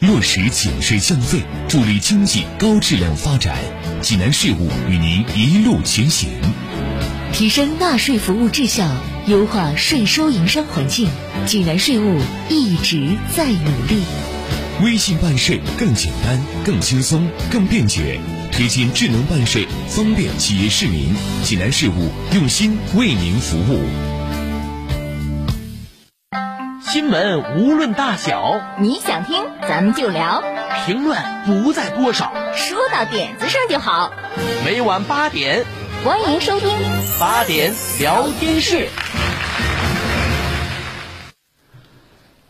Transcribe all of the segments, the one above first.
落实减税降费，助力经济高质量发展，济南税务与您一路前行。提升纳税服务质效，优化税收营商环境，济南税务一直在努力。微信办税更简单、更轻松、更便捷，推进智能办税，方便企业市民。济南税务用心为您服务。新闻无论大小，你想听咱们就聊，评论不在多少，说到点子上就好。每晚八点，欢迎收听八点聊天室。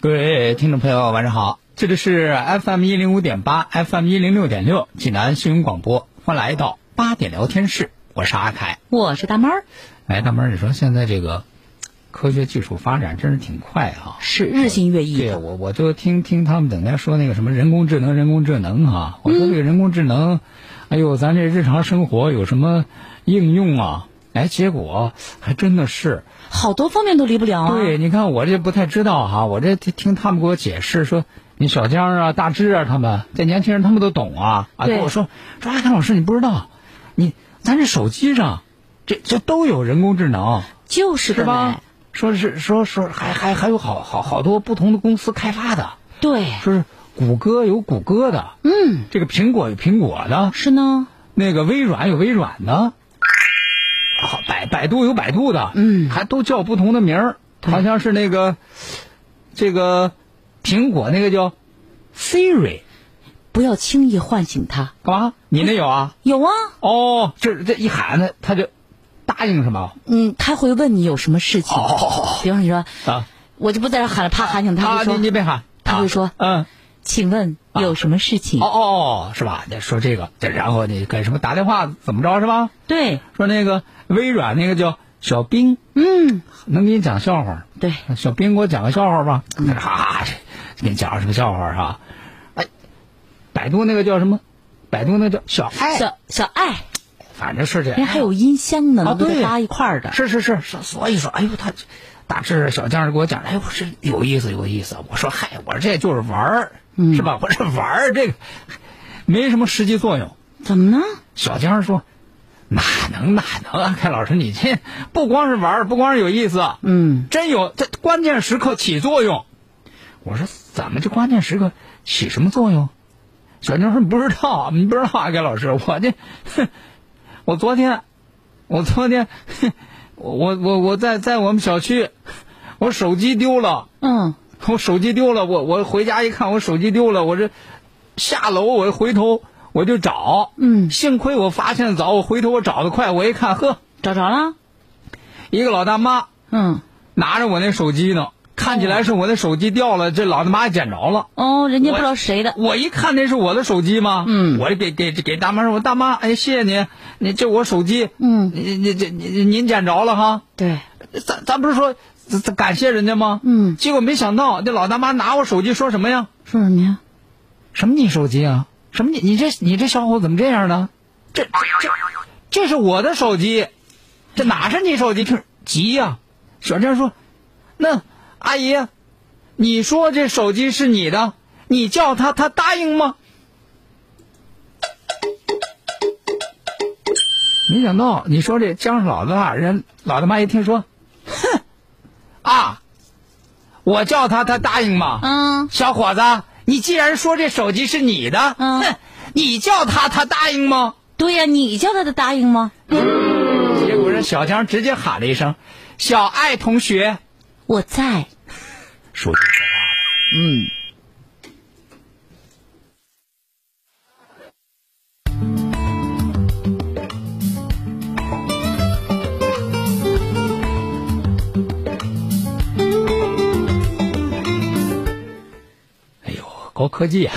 各位听众朋友，晚上好，这里是 FM 一零五点八，FM 一零六点六，济南新闻广播，欢迎来到八点聊天室，我是阿凯。我是大猫儿，哎，大妹儿，你说现在这个科学技术发展真是挺快啊！是日新月异对的。我，我就听听他们等家说那个什么人工智能，人工智能啊，我说这个人工智能，哎呦，咱这日常生活有什么应用啊？哎，结果还真的是，好多方面都离不了啊。对，你看我这不太知道哈、我这听听他们给我解释说，你小江啊、大志啊他们，这年轻人他们都懂啊啊，对跟我说说，阿、哎、康老师你不知道，你咱这手机上，这这都有人工智能。就是是的吧嘞。？说是说说还还还有好好好多不同的公司开发的，对，说是谷歌有谷歌的，嗯，这个苹果有苹果的，是呢，那个微软有微软的，好百百度有百度的，嗯还都叫不同的名儿，好像是那个这个苹果那个叫 Siri，不要轻易唤醒他。干嘛？你那有啊？有啊，哦，这这一喊呢，他就答应是吗？嗯，他会问你有什么事情。哦比方你说，啊我就不在这喊了，怕喊醒他，啊！你就说，你别喊，他会说啊嗯。请问有什么事情哦？哦，哦，是吧？那说这个，这然后那给什么打电话怎么着是吧？对，说那个微软那个叫小冰，嗯，能给你讲笑话。对，嗯小冰给我讲个笑话吧。哈哈，这给你讲什么笑话啊？哎，百度那个叫什么？百度那叫小爱，小小爱，反正是这样。人哎家还有音箱呢，啊，能对，搭一块儿的。是是是，是所以说，哎呦，他大志小将给我讲，哎呦，是有意思有意思。我说嗨，我这就是玩儿，嗯是吧？我这玩儿这个没什么实际作用。怎么呢？小江说：“哪能哪能啊，开老师，你这不光是玩儿，不光是有意思，啊嗯，真有在关键时刻起作用。”我说：“怎么这关键时刻起什么作用？”小江说：“不知道，你不知道啊，开老师， 我这，哼我昨天，我昨天， 哼我我我在在我们小区，我手机丢了。”嗯，我手机丢了，我我回家一看，我手机丢了，我这下楼我回头我就找，嗯幸亏我发现早，我回头我找得快，我一看，呵，找着了。一个老大妈嗯，拿着我那手机呢，看起来是我的手机掉了，这老大妈捡着了。哦，人家我不知道谁的。我一看那是我的手机吗？嗯我就给给给大妈说，我大妈，哎，谢谢您，你这我手机，嗯你你这你您捡着了哈，对，咱咱不是说咱咱感谢人家吗？嗯结果没想到那老大妈拿我手机说什么呀？说什么呀？什么你手机啊？什么你你这你这小伙子怎么这样呢？这这这这是我的手机，这哪是你手机？这急呀、小张说：“那阿姨，你说这手机是你的，你叫他，他答应吗？”没想到你说这姜是老子大人，老大妈一听说，哼，啊，我叫他，他答应吗？嗯，小伙子，你既然说这手机是你的，嗯哼，你叫他，他答应吗？对呀，你叫他的答应吗？结果这小江直接喊了一声：“小爱同学。我在。”手机说话了。嗯。哎高科技啊！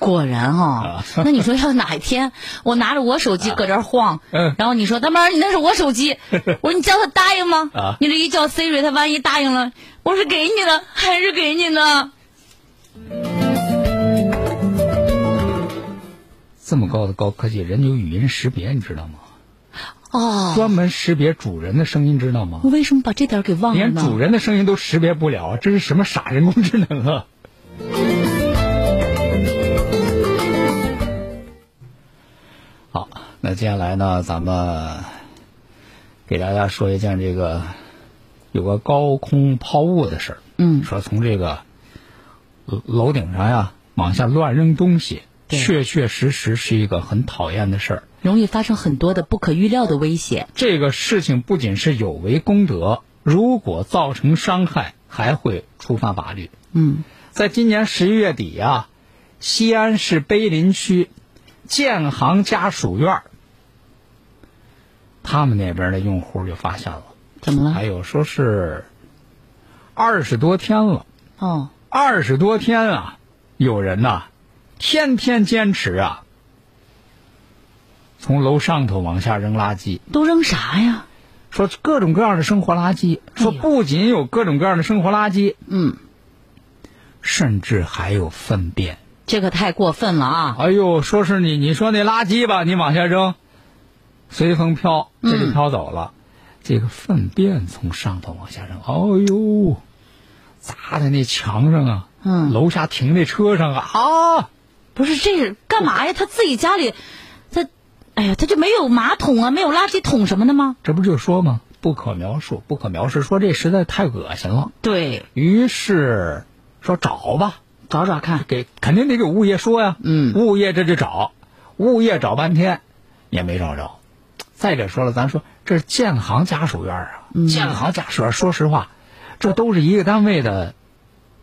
果然啊哦，那你说要哪一天我拿着我手机搁这儿晃，嗯然后你说大妹儿你那是我手 机，我说你叫他答应吗？啊你这一叫 Siri，他万一答应了，我是给你的还是给你的？这么高的高科技，人有语音识别，你知道吗？哦，专门识别主人的声音，知道吗我？为什么把这点儿给忘了连呢主？人的声音都识别不了，啊这是什么傻人工智能啊！好，那接下来呢，咱们给大家说一件这个有个高空抛物的事儿。嗯说从这个楼楼顶上呀往下乱扔东西，对确确实实是一个很讨厌的事儿。容易发生很多的不可预料的危险。这个事情不仅是有违公德，如果造成伤害，还会触犯法律。嗯，在今年十一月底啊，西安市碑林区建行家属院儿，他们那边的用户就发现了，怎么还了？有说是二十多天了。哦，二十多天啊，有人呐、天天坚持啊，从楼上头往下扔垃圾，都扔啥呀？说各种各样的生活垃圾，哎呦说不仅有各种各样的生活垃圾，嗯，甚至还有粪便。这可太过分了啊！哎呦，说是你，你说那垃圾吧，你往下扔，随风飘，这嗯就飘走了。这个粪便从上头往下扔，哎呦，砸在那墙上啊，嗯楼下停那车上啊，啊。不是这是干嘛呀？他自己家里，他，哎呀，他就没有马桶啊，没有垃圾桶什么的吗？这不就说吗？不可描述，不可描述，说这实在太恶心了。对，于是说找吧，找找看。给肯定得给物业说呀。嗯物业这就找，物业找半天也没找着。再者说了，咱说这是建行家属院啊，嗯建行家属院，说实话，这都是一个单位的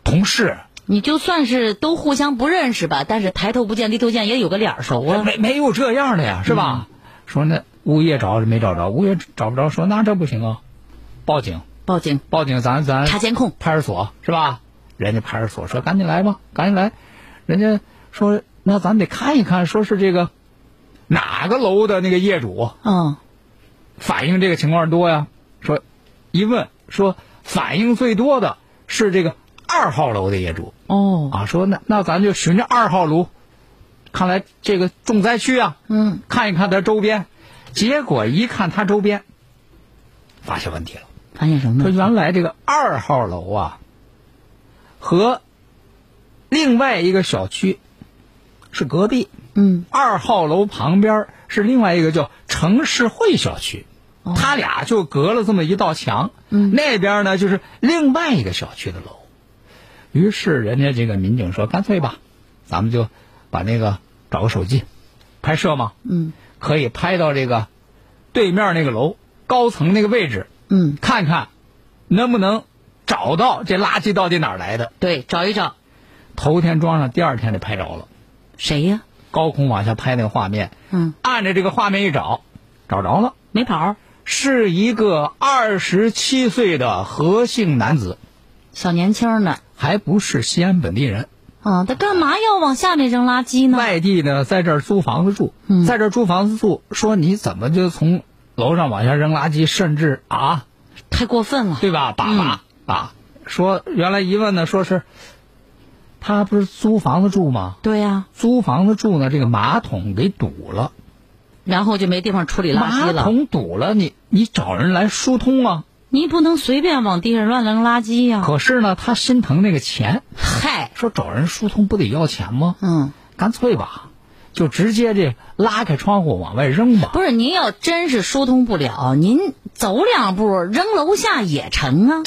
同事，你就算是都互相不认识吧，但是抬头不见低头见，也有个脸儿熟啊。嗯没没有这样的呀，是吧？说那物业找没找着，物业找不着，说那这不行啊，报警，报警报警咱，咱查监控，派出所是吧？人家派出所说赶紧来吧，赶紧来。人家说那咱得看一看，说是这个哪个楼的那个业主嗯，反映这个情况多呀？说一问说反映最多的是这个二号楼的业主哦，啊。说那那咱就循着二号楼，看来这个重灾区啊，嗯，看一看它周边。结果一看它周边，发现问题了。发现什么说了？原来这个二号楼啊，和另外一个小区是隔壁，嗯，二号楼旁边是另外一个叫城市会小区，哦他俩就隔了这么一道墙。嗯，那边呢就是另外一个小区的楼。于是人家这个民警说：“干脆吧，咱们就把那个找个手机拍摄嘛，嗯可以拍到这个对面那个楼高层那个位置。”嗯，看看能不能找到这垃圾到底哪儿来的。对，找一找头天装上，第二天就拍着了，谁呀？高空往下拍那个画面，嗯，按着这个画面一找，找着了，没跑儿，是一个二十七岁的何姓男子，小年轻儿呢。还不是西安本地人，啊，他干嘛要往下面扔垃圾呢？外地的，在这儿租房子住，嗯在这儿租房子住，说你怎么就从楼上往下扔垃圾，甚至啊，太过分了。对吧？爸爸、啊，说原来一问呢，说是他不是租房子住吗？对呀、租房子住呢，这个马桶给堵了，然后就没地方处理垃圾马了。桶堵了，你你找人来疏通啊。你不能随便往地上乱扔垃圾呀、可是呢，他心疼那个钱，嗨，说找人疏通不得要钱吗？嗯，干脆吧，就直接这拉开窗户往外扔吧。不是，您要真是疏通不了，您走两步扔楼下也成啊。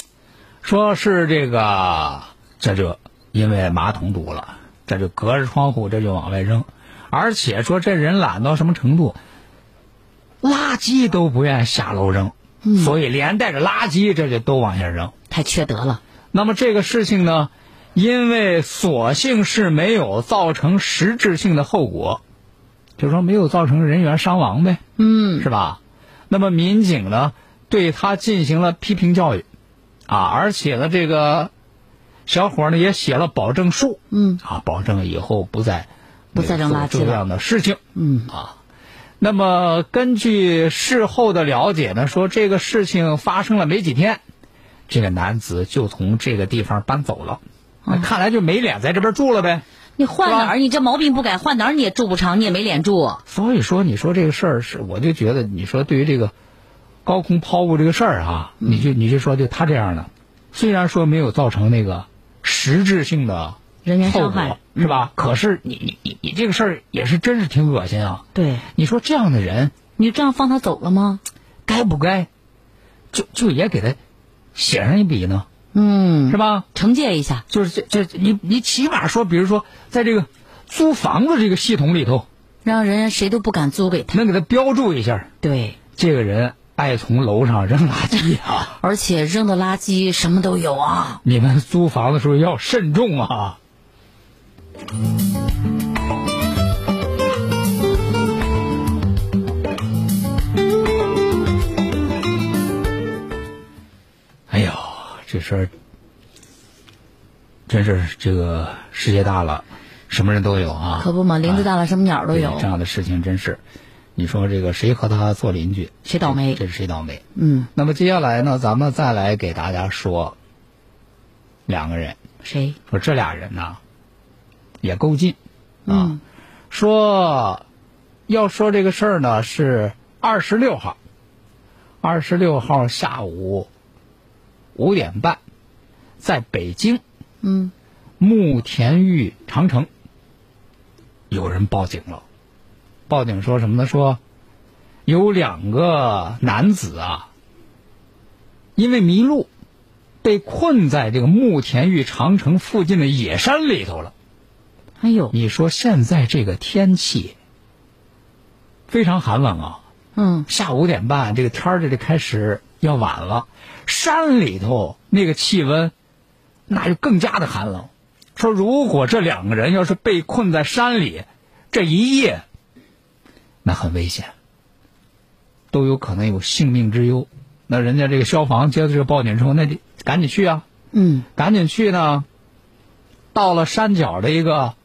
说是这个，这就因为马桶堵了，这就隔着窗户这就往外扔，而且说这人懒到什么程度，垃圾都不愿意下楼扔，嗯所以连带着垃圾这就都往下扔。太缺德了。那么这个事情呢，因为所幸是没有造成实质性的后果，就说没有造成人员伤亡呗，嗯，是吧？那么民警呢，对他进行了批评教育，啊，而且呢，这个小伙呢也写了保证书，嗯啊，保证以后不再不再扔垃圾做了这样的事情，嗯啊。那么根据事后的了解呢，说这个事情发生了没几天，这个男子就从这个地方搬走了，哦那看来就没脸在这边住了呗。你换哪儿？你这毛病不改，换哪儿你也住不长，你也没脸住。所以说，你说这个事儿是，我就觉得你说对于这个高空抛物这个事儿啊，嗯你就你就说就他这样的，虽然说没有造成那个实质性的人员后伤害果，是吧？可是你你你你这个事儿也是真是挺恶心啊！对，你说这样的人你这样放他走了吗？该不该就就也给他写上一笔呢？嗯，是吧？惩戒一下。就是这这你你起码说，比如说在这个租房子这个系统里头，让人谁都不敢租给他。能给他标注一下，对，这个人爱从楼上扔垃圾啊。 而且扔的垃圾什么都有啊。你们租房的时候要慎重啊！哎呦，这事儿真是这个世界大了，什么人都有啊！可不嘛，林子大了，什么鸟儿都对有这。样的事情真是，你说这个谁和他做邻居，谁倒霉这是谁倒霉？嗯，那么接下来呢，咱们再来给大家说两个人，谁？说这俩人呢也够劲啊。嗯说要说这个事儿呢，是二十六号，二十六号下午五点半，在北京嗯，慕田峪长城，有人报警了。报警说什么呢？说有两个男子啊，因为迷路，被困在这个慕田峪长城附近的野山里头了。哎呦，你说现在这个天气非常寒冷啊，嗯，下午五点半这个天儿这就开始要晚了，山里头那个气温那就更加的寒冷。说如果这两个人要是被困在山里这一夜，那很危险，都有可能有性命之忧。那人家这个消防接到这个报警之后，那得赶紧去啊！嗯，赶紧去呢。到了山脚的一个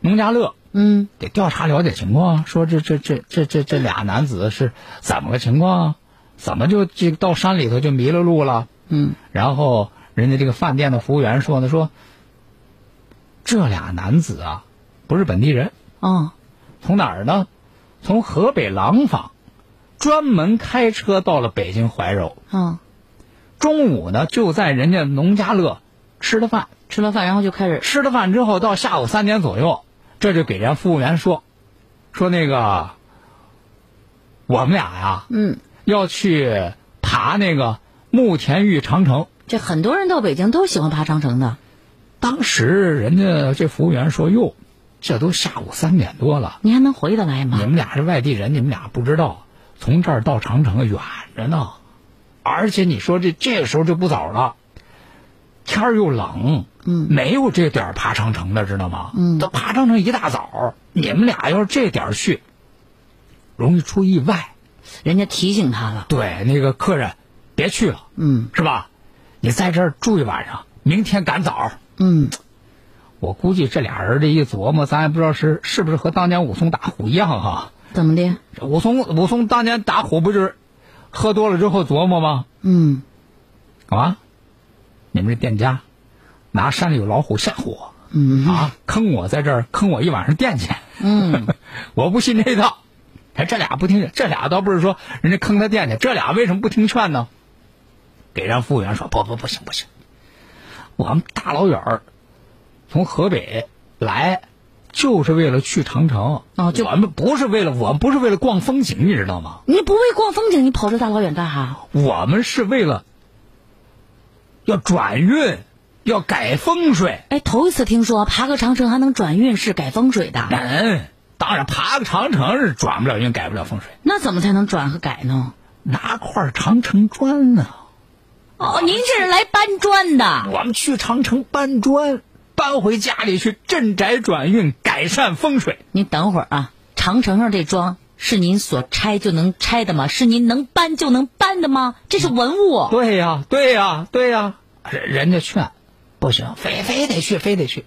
农家乐，嗯，得调查了解情况啊，说这这这这这这俩男子是怎么个情况啊？怎么就这到山里头就迷了路了？嗯，然后人家这个饭店的服务员说呢，说这俩男子啊不是本地人，哦，从哪儿呢？从河北廊坊专门开车到了北京怀柔，哦，中午呢就在人家农家乐吃的饭，吃了饭然后就开始，吃了饭之后，到下午三点左右，这就给人家服务员说，说那个我们俩呀、嗯，要去爬那个慕田峪长城。这很多人到北京都喜欢爬长城的。当时人家这服务员说：“哟，这都下午三点多了，你还能回得来你吗？们俩是外地人，你们俩不知道，从这儿到长城远着呢，而且你说这这时候就不早了，天儿又冷，嗯，没有这点儿爬长城的，知道吗？嗯，这爬长城一大早，你们俩要是这点儿去，容易出意外。人家提醒他了。对，那个客人，别去了，嗯是吧？你在这儿住一晚上，明天赶早。嗯，我估计这俩人这一琢磨，咱也不知道是是不是和当年武松打虎一样啊哈、怎么的？武松武松当年打虎不就是喝多了之后琢磨吗？嗯，啊，你们这店家拿山里有老虎吓唬我，嗯啊，坑我在这儿坑我一晚上店钱，嗯， 我不信这一套。哎，这俩不听，这俩倒不是说人家坑他店去，这俩为什么不听劝呢？给人服务员说不不不行不行，我们大老远儿从河北来，就是为了去长城。哦就我们不是为了我们不是为了逛风景，你知道吗？你不为逛风景，你跑这大老远干啥？我们是为了要转运，要改风水。哎，头一次听说爬个长城还能转运势、改风水的，嗯，当然爬个长城是转不了运，改不了风水。那怎么才能转和改呢？拿块长城砖呢、哦，您这是来搬砖的？我们去长城搬砖，搬回家里去镇宅转运，改善风水。您等会儿啊，长城上这桩是您所拆就能拆的吗？是您能搬就能搬的吗？这是文物。对呀、对呀、对呀、人人家劝不行，非非得去，非得去。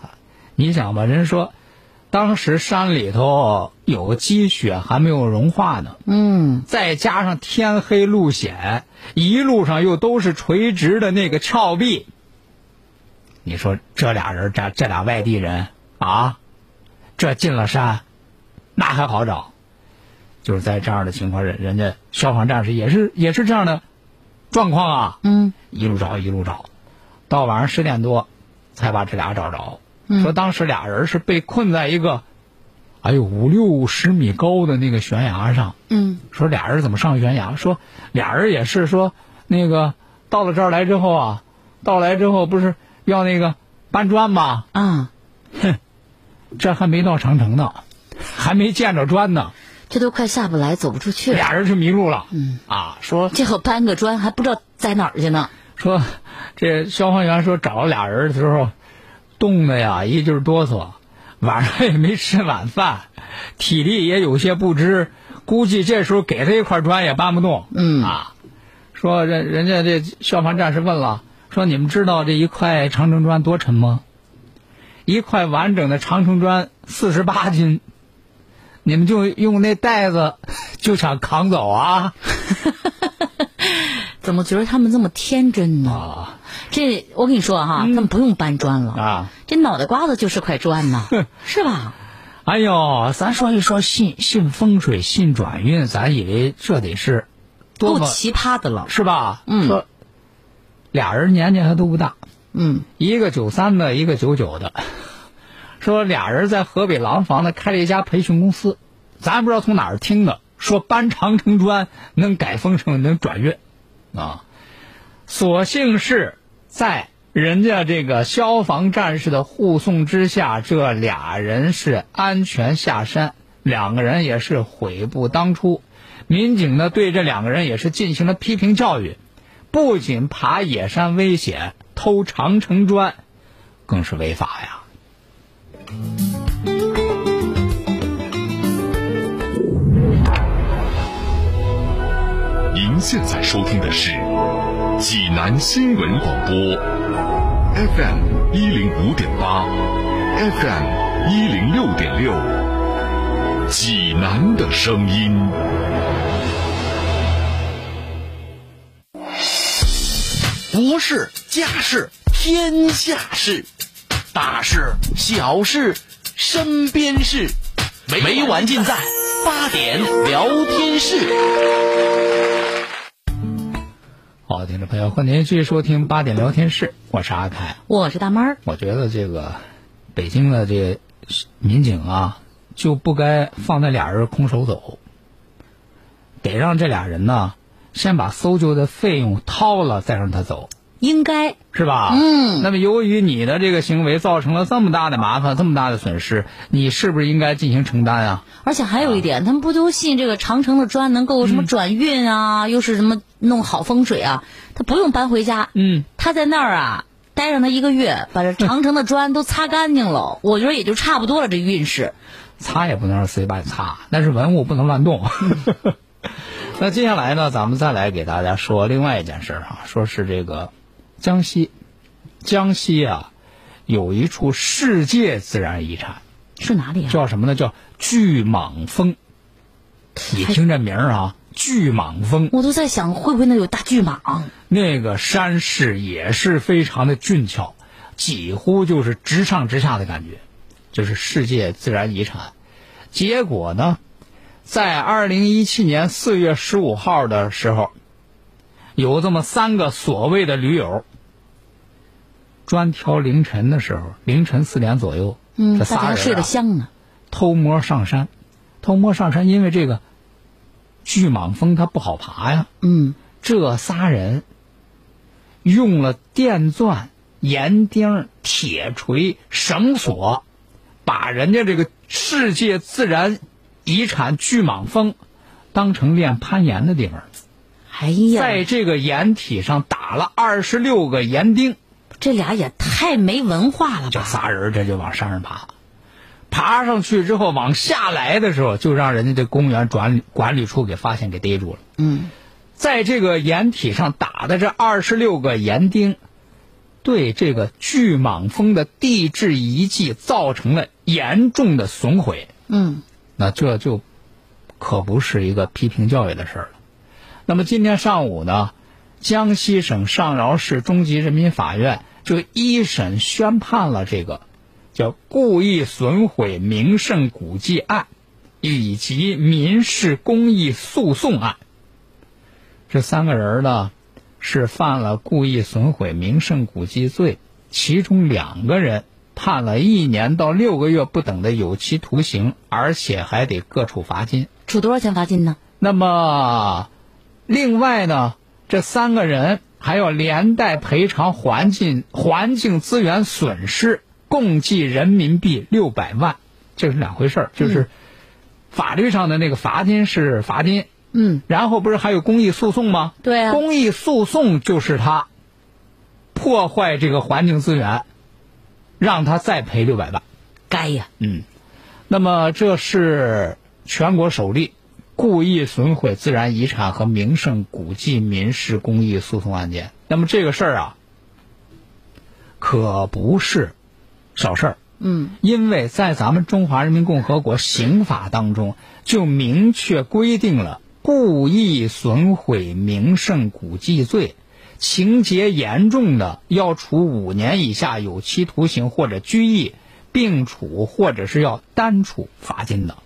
啊，你想吧，人说，当时山里头有个积雪还没有融化呢，嗯，再加上天黑路险，一路上又都是垂直的那个峭壁。你说这俩人，这这俩外地人啊，这进了山，那还好找。就是在这样的情况，人人家消防战士也是也是这样的状况啊。嗯，一路找一路找，到晚上十点多，才把这俩找着。嗯说当时俩人是被困在一个，哎呦五六十米高的那个悬崖上。嗯，说俩人怎么上悬崖？说俩人也是说那个到了这儿来之后啊，到来之后不是要那个搬砖吗？啊，这还没到长城呢，还没见着砖 呢，这都快下不来，走不出去了。俩人就迷路了。嗯啊，说 这要搬个砖，还不知道栽哪儿去 呢。说这消防员说找了俩人的时候，冻的呀，一就是哆嗦，晚上也没吃晚饭，体力也有些不支，估计这时候给他一块砖也搬不动。嗯啊，说人人家这消防战士问了，说你们知道这一块长城砖多沉吗？一块完整的长城砖四十八斤，你们就用那袋子就想扛走啊？怎么觉得他们这么天真呢？啊这我跟你说哈，他们不用搬砖了，嗯啊！这脑袋瓜子就是块砖呐， 是吧？哎呦，咱说一说信信风水、信转运，咱以为这得是多够么奇葩的了。是吧？嗯说俩人年纪还都不大，嗯，一个九三的，一个九九的。说俩人在河北廊坊呢开了一家培训公司，咱不知道从哪儿听的，说搬长城砖能改风水，能转运，啊，所幸是在人家这个消防战士的护送之下，这俩人是安全下山，两个人也是悔不当初。民警呢对这两个人也是进行了批评教育，不仅爬野山危险，偷长城砖更是违法呀。您现在收听的是济南新闻广播，FM 一零五点八，FM 一零六点六，济南的声音。国事、家事、天下事，大事、小事、身边事，没完尽在八点聊天室。好，听众朋友，欢迎您继续收听八点聊天室，我是阿凯。我是大妈儿，我觉得这个北京的这民警啊，就不该放那俩人空手走，得让这俩人呢先把搜救的费用掏了，再让他走。应该是吧？嗯那么由于你的这个行为造成了这么大的麻烦，这么大的损失，你是不是应该进行承担啊？嗯而且还有一点，他们不都信这个长城的砖能够什么转运啊，又是什么弄好风水啊？他不用搬回家，嗯，他在那儿啊待上他一个月，把这长城的砖都擦干净了，我觉得也就差不多了。这运势，擦也不能让随便擦，但是文物不能乱动。 那接下来呢，咱们再来给大家说另外一件事儿啊，说是这个江西，江西啊，有一处世界自然遗产，是哪里啊？叫什么呢？叫巨蟒峰。你听这名儿啊，巨蟒峰我都在想，会不会那有大巨蟒？那个山势也是非常的俊俏，几乎就是直上直下的感觉，就是世界自然遗产。结果呢，在二零一七年四月十五号的时候，有这么三个所谓的驴友，专挑凌晨的时候，凌晨四点左右，嗯，这大仨家人、睡得啊、香呢。偷摸上山，偷摸上山，因为这个巨蟒峰它不好爬呀。嗯，这仨人用了电钻、盐钉、铁锤、绳索，把人家这个世界自然遗产巨蟒峰当成练攀岩的地方，哎呀在，这个岩体上打了二十六个岩钉。这俩也太没文化了这吧？仨人这就往山上爬，爬上去之后往下来的时候，就让人家这公园管理管理处给发现给逮住了。嗯，在这个岩体上打的这二十六个岩钉，对这个巨蟒峰的地质遗迹造成了严重的损毁。嗯，那这就可不是一个批评教育的事儿了。那么今天上午呢，江西省上饶市中级人民法院这个一审宣判了这个叫故意损毁名胜古迹案以及民事公益诉讼案。这三个人呢，是犯了故意损毁名胜古迹罪，其中两个人判了一年到六个月不等的有期徒刑，而且还得各处罚金。处多少钱罚金呢？那么，另外呢，这三个人还要连带赔偿环境环境资源损失，共计人民币六百万，这是两回事儿。嗯就是法律上的那个罚金是罚金，嗯，然后不是还有公益诉讼吗？对啊公益诉讼就是他破坏这个环境资源，让他再赔六百万。该呀，那么这是全国首例故意损毁自然遗产和名胜古迹民事公益诉讼案件。那么这个事儿啊，可不是小事儿，嗯因为在咱们中华人民共和国刑法当中就明确规定了故意损毁名胜古迹罪。情节严重的，要处五年以下有期徒刑或者拘役，并处或者是要单处罚金的。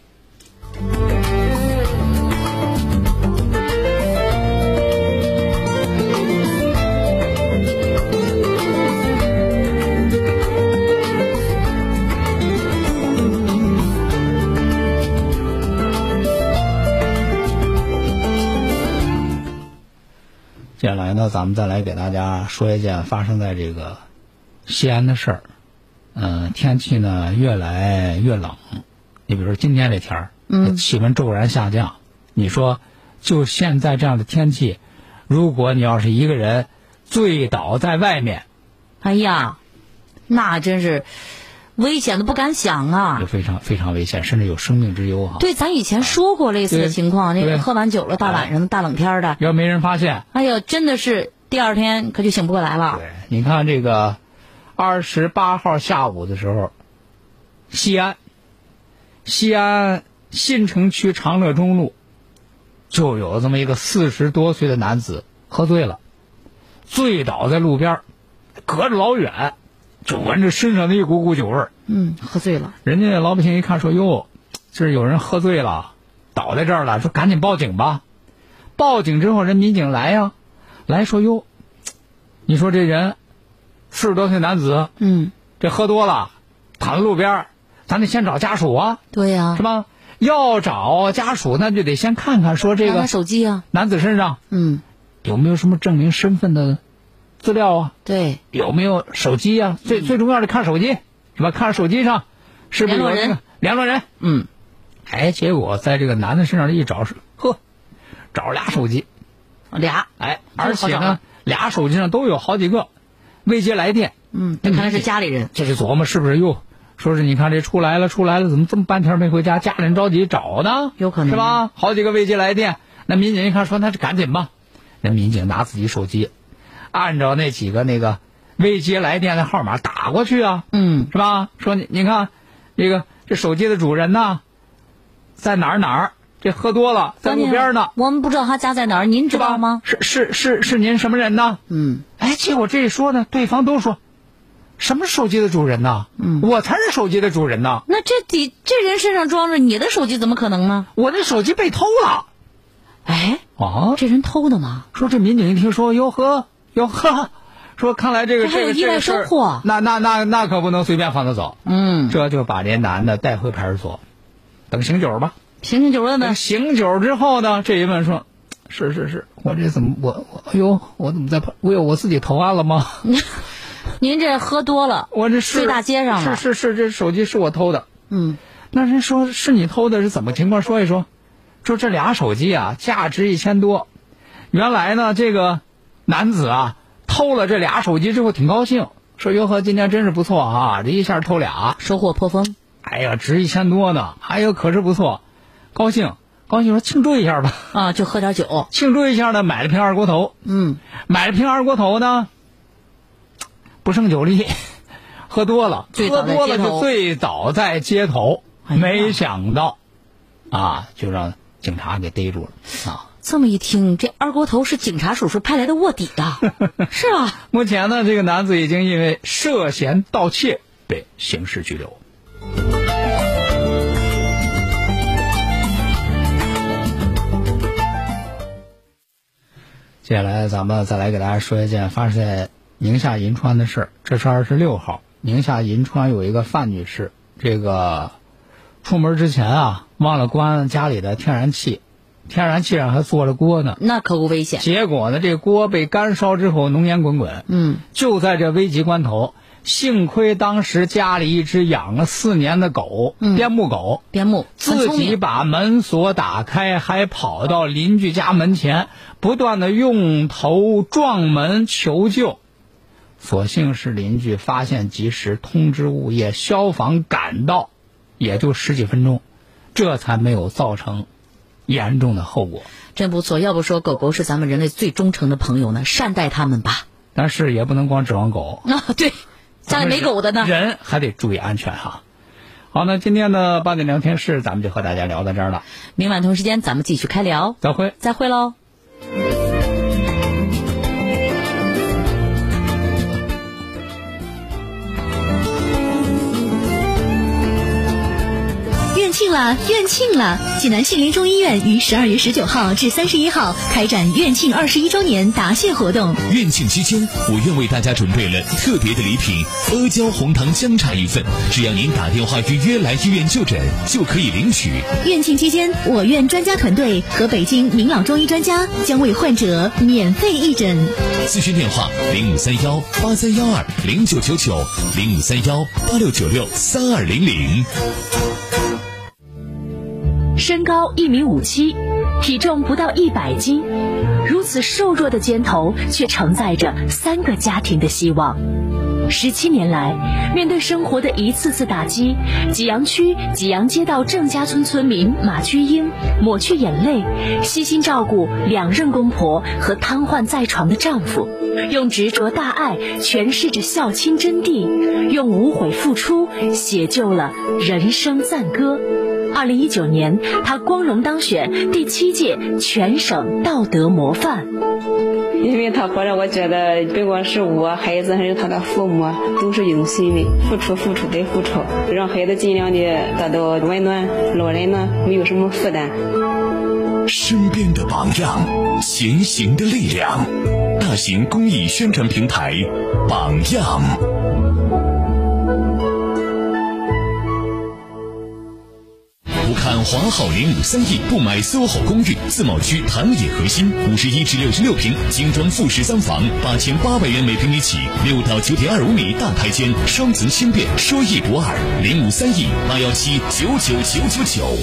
接下来呢，咱们再来给大家说一件发生在这个西安的事儿。嗯、天气呢越来越冷，你比如说今天这天儿，嗯，气温骤然下降。你说，就现在这样的天气，如果你要是一个人醉倒在外面，哎呀，那真是危险的不敢想啊就！非常非常危险，甚至有生命之忧哈。，对，咱以前说过类似的对情况，那对个喝完酒了，大晚上的大冷天儿的，要没人发现，哎呦，真的是第二天可就醒不过来了。对，啊你看这个二十八号下午的时候，西安，西安新城区长乐中路就有这么一个四十多岁的男子喝醉了，醉倒在路边儿，隔着老远就闻着身上的一股股酒味儿。嗯，喝醉了，人家老百姓一看说：“哟，这是有人喝醉了，倒在这儿了。”说：“赶紧报警吧！”报警之后，人民警来呀，来说：“哟，你说这人四十多岁男子，嗯，这喝多了，躺在路边儿，咱得先找家属啊，对呀、是吧？要找家属，那就得先看看说这拿他个手机啊，男子身上嗯，有没有什么证明身份的资料啊，对，有没有手机啊？最最重要的看手机，是吧？看手机上是不是有嗯联那络个人联络人？嗯，哎，结果在这个男的身上一找是，呵，找着俩手机，嗯俩，哎，这而个好且找呢啊，俩手机上都有好几个未接来电，嗯，这看来是家里人，这就琢磨是不是又说是你看这出来了，出来了，怎么这么半天没回家？家里人着急找呢，有可能啊是吧？好几个未接来电，那民警一看说那就赶紧吧，那民警拿自己手机，按照那几个那个未接来电的号码打过去啊，嗯，是吧？说你你看，这个这手机的主人呢，在哪儿哪儿？这喝多了，在路边呢，我们不知道他家在哪儿，您是知吧道吗？？是是是是您什么人呢？嗯，哎，结果这一说呢，对方都说，什么手机的主人呢？嗯，我才是手机的主人呢，那这得这人身上装着你的手机，怎么可能呢？我那手机被偷了。哎，啊，这人偷的吗？说这民警一听说，哟呵哟呵，说看来这个这还这有个意这外个事儿收获那那那那可不能随便放他走，嗯，这就把这男的带回派出所，等醒酒吧。醒醒酒问那问，醒酒之后呢，这一问说，是是是，我这怎么我我哎呦，我怎么在我有我自己投案了吗？ 您这喝多了，我这是睡大街上了是是是，这手机是我偷的。嗯，那人说是你偷的，是怎么情况？说一说。说这俩手机啊，价值一千多。原来呢，这个男子啊偷了这俩手机之后挺高兴，说哟呵，今天真是不错啊，这一下偷俩。收获颇丰，哎呀，值一千多呢，哎呦，可是不错，高兴，高兴说庆祝一下吧，啊，就喝点酒，庆祝一下呢，买了瓶二锅头，嗯，买了瓶二锅头呢，不胜酒力， 喝多了，醉喝倒在多了街头就醉倒在街头，哎呀没想到，啊，就让警察给逮住了啊。这么一听，这二锅头是警察叔叔派来的卧底 啊！是啊，目前呢，这个男子已经因为涉嫌盗窃被刑事拘留。接下来，咱们再来给大家说一件发生在宁夏银川的事儿。这是二十六号，宁夏银川有一个范女士，这个出门之前啊，忘了关家里的天然气，天然气上还做着锅呢。那可不危险。结果呢，这锅被干烧之后，浓烟滚滚。嗯，就在这危急关头，幸亏当时家里一只养了四年的狗，嗯边牧狗，边牧很自聪己明，把门锁打开，还跑到邻居家门前，不断的用头撞门求救。所幸是邻居发现及时，通知物业，消防赶到，也就十几分钟，这才没有造成严重的后果。真不错。要不说狗狗是咱们人类最忠诚的朋友呢，善待它们吧。但是也不能光指望狗，啊，对，家里没狗的呢。人还得注意安全哈。好，那今天的八点聊天室咱们就和大家聊到这儿了，明晚同时间咱们继续开聊，再会。再会喽。院庆啦，院庆啦！济南杏林中医院于十二月十九号至三十一号开展院庆二十一周年答谢活动。院庆期间，我院为大家准备了特别的礼品——阿胶红糖姜茶一份。只要您打电话预约来医院就诊，就可以领取。院庆期间，我院专家团队和北京明朗中医专家将为患者免费义诊。咨询电话：零五三幺八三幺二零九九九，零五三幺八六九六三二零零。身高一米五七，体重不到一百斤，如此瘦弱的肩头却承载着三个家庭的希望。十七年来，面对生活的一次次打击，济阳区济阳街道郑家村村民马居英抹去眼泪，悉心照顾两任公婆和瘫痪在床的丈夫，用执着大爱诠释着孝亲真谛，用无悔付出写就了人生赞歌。二零一九年，她光荣当选第七届全省道德模范。因为他活着，我觉得不光是我孩子，还是他的父母，都是一种心理，付出、付出、再付出，让孩子尽量的得到温暖，老人呢没有什么负担。身边的榜样，前行的力量。大型公益宣传平台，榜样。不看华好林五三亿，不买 SOHO 公寓，自贸区唐冶核心五十一至六十六平精装复式三房，八千八百元每平米起，六到九点二五米大排间，双层轻便，说一不二。零五三亿八幺七九九九九九。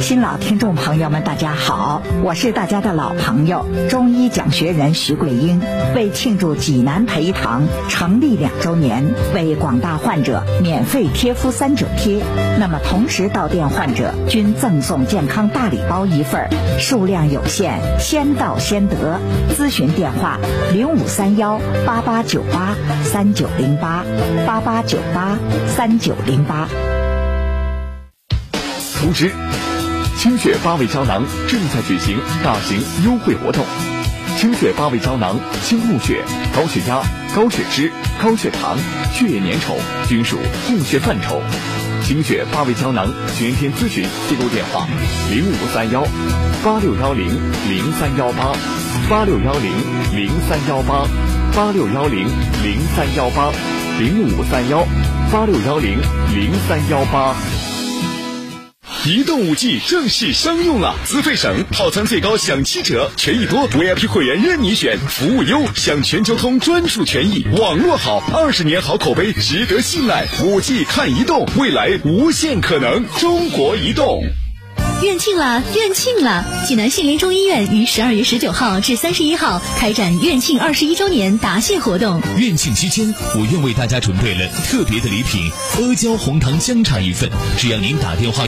新老听众朋友们，大家好，我是大家的老朋友中医讲学人徐桂英。为庆祝济南培堂成立两周年，为广大患者免费贴敷三九贴，那么同时到店患者均赠送健康大礼包一份儿，数量有限，先到先得。咨询电话：零五三幺八八九八三九零八八八九八三九零八。通知，清血八味胶囊正在举行大型优惠活动。清血八味胶囊清供血、高血压、高血脂、高血糖、血液粘稠均属供血范畴。清血八味胶囊全天咨询记录电话：零五三幺八六幺零零三幺八八六幺零零三幺八八六幺零零三幺八零五三幺八六幺零零三幺八。移动五 G 正式商用了，资费省，套餐最高享七折，权益多，VIP 会员任你选，服务优，享全球通专属权益，网络好，二十年好口碑，值得信赖。五 G 看移动，未来无限可能。中国移动。院庆啦，院庆啦！济南杏林中医院于十二月十九号至三十一号开展院庆二十一周年答谢活动。院庆期间，我院为大家准备了特别的礼品——阿胶红糖姜茶一份。只要您打电话。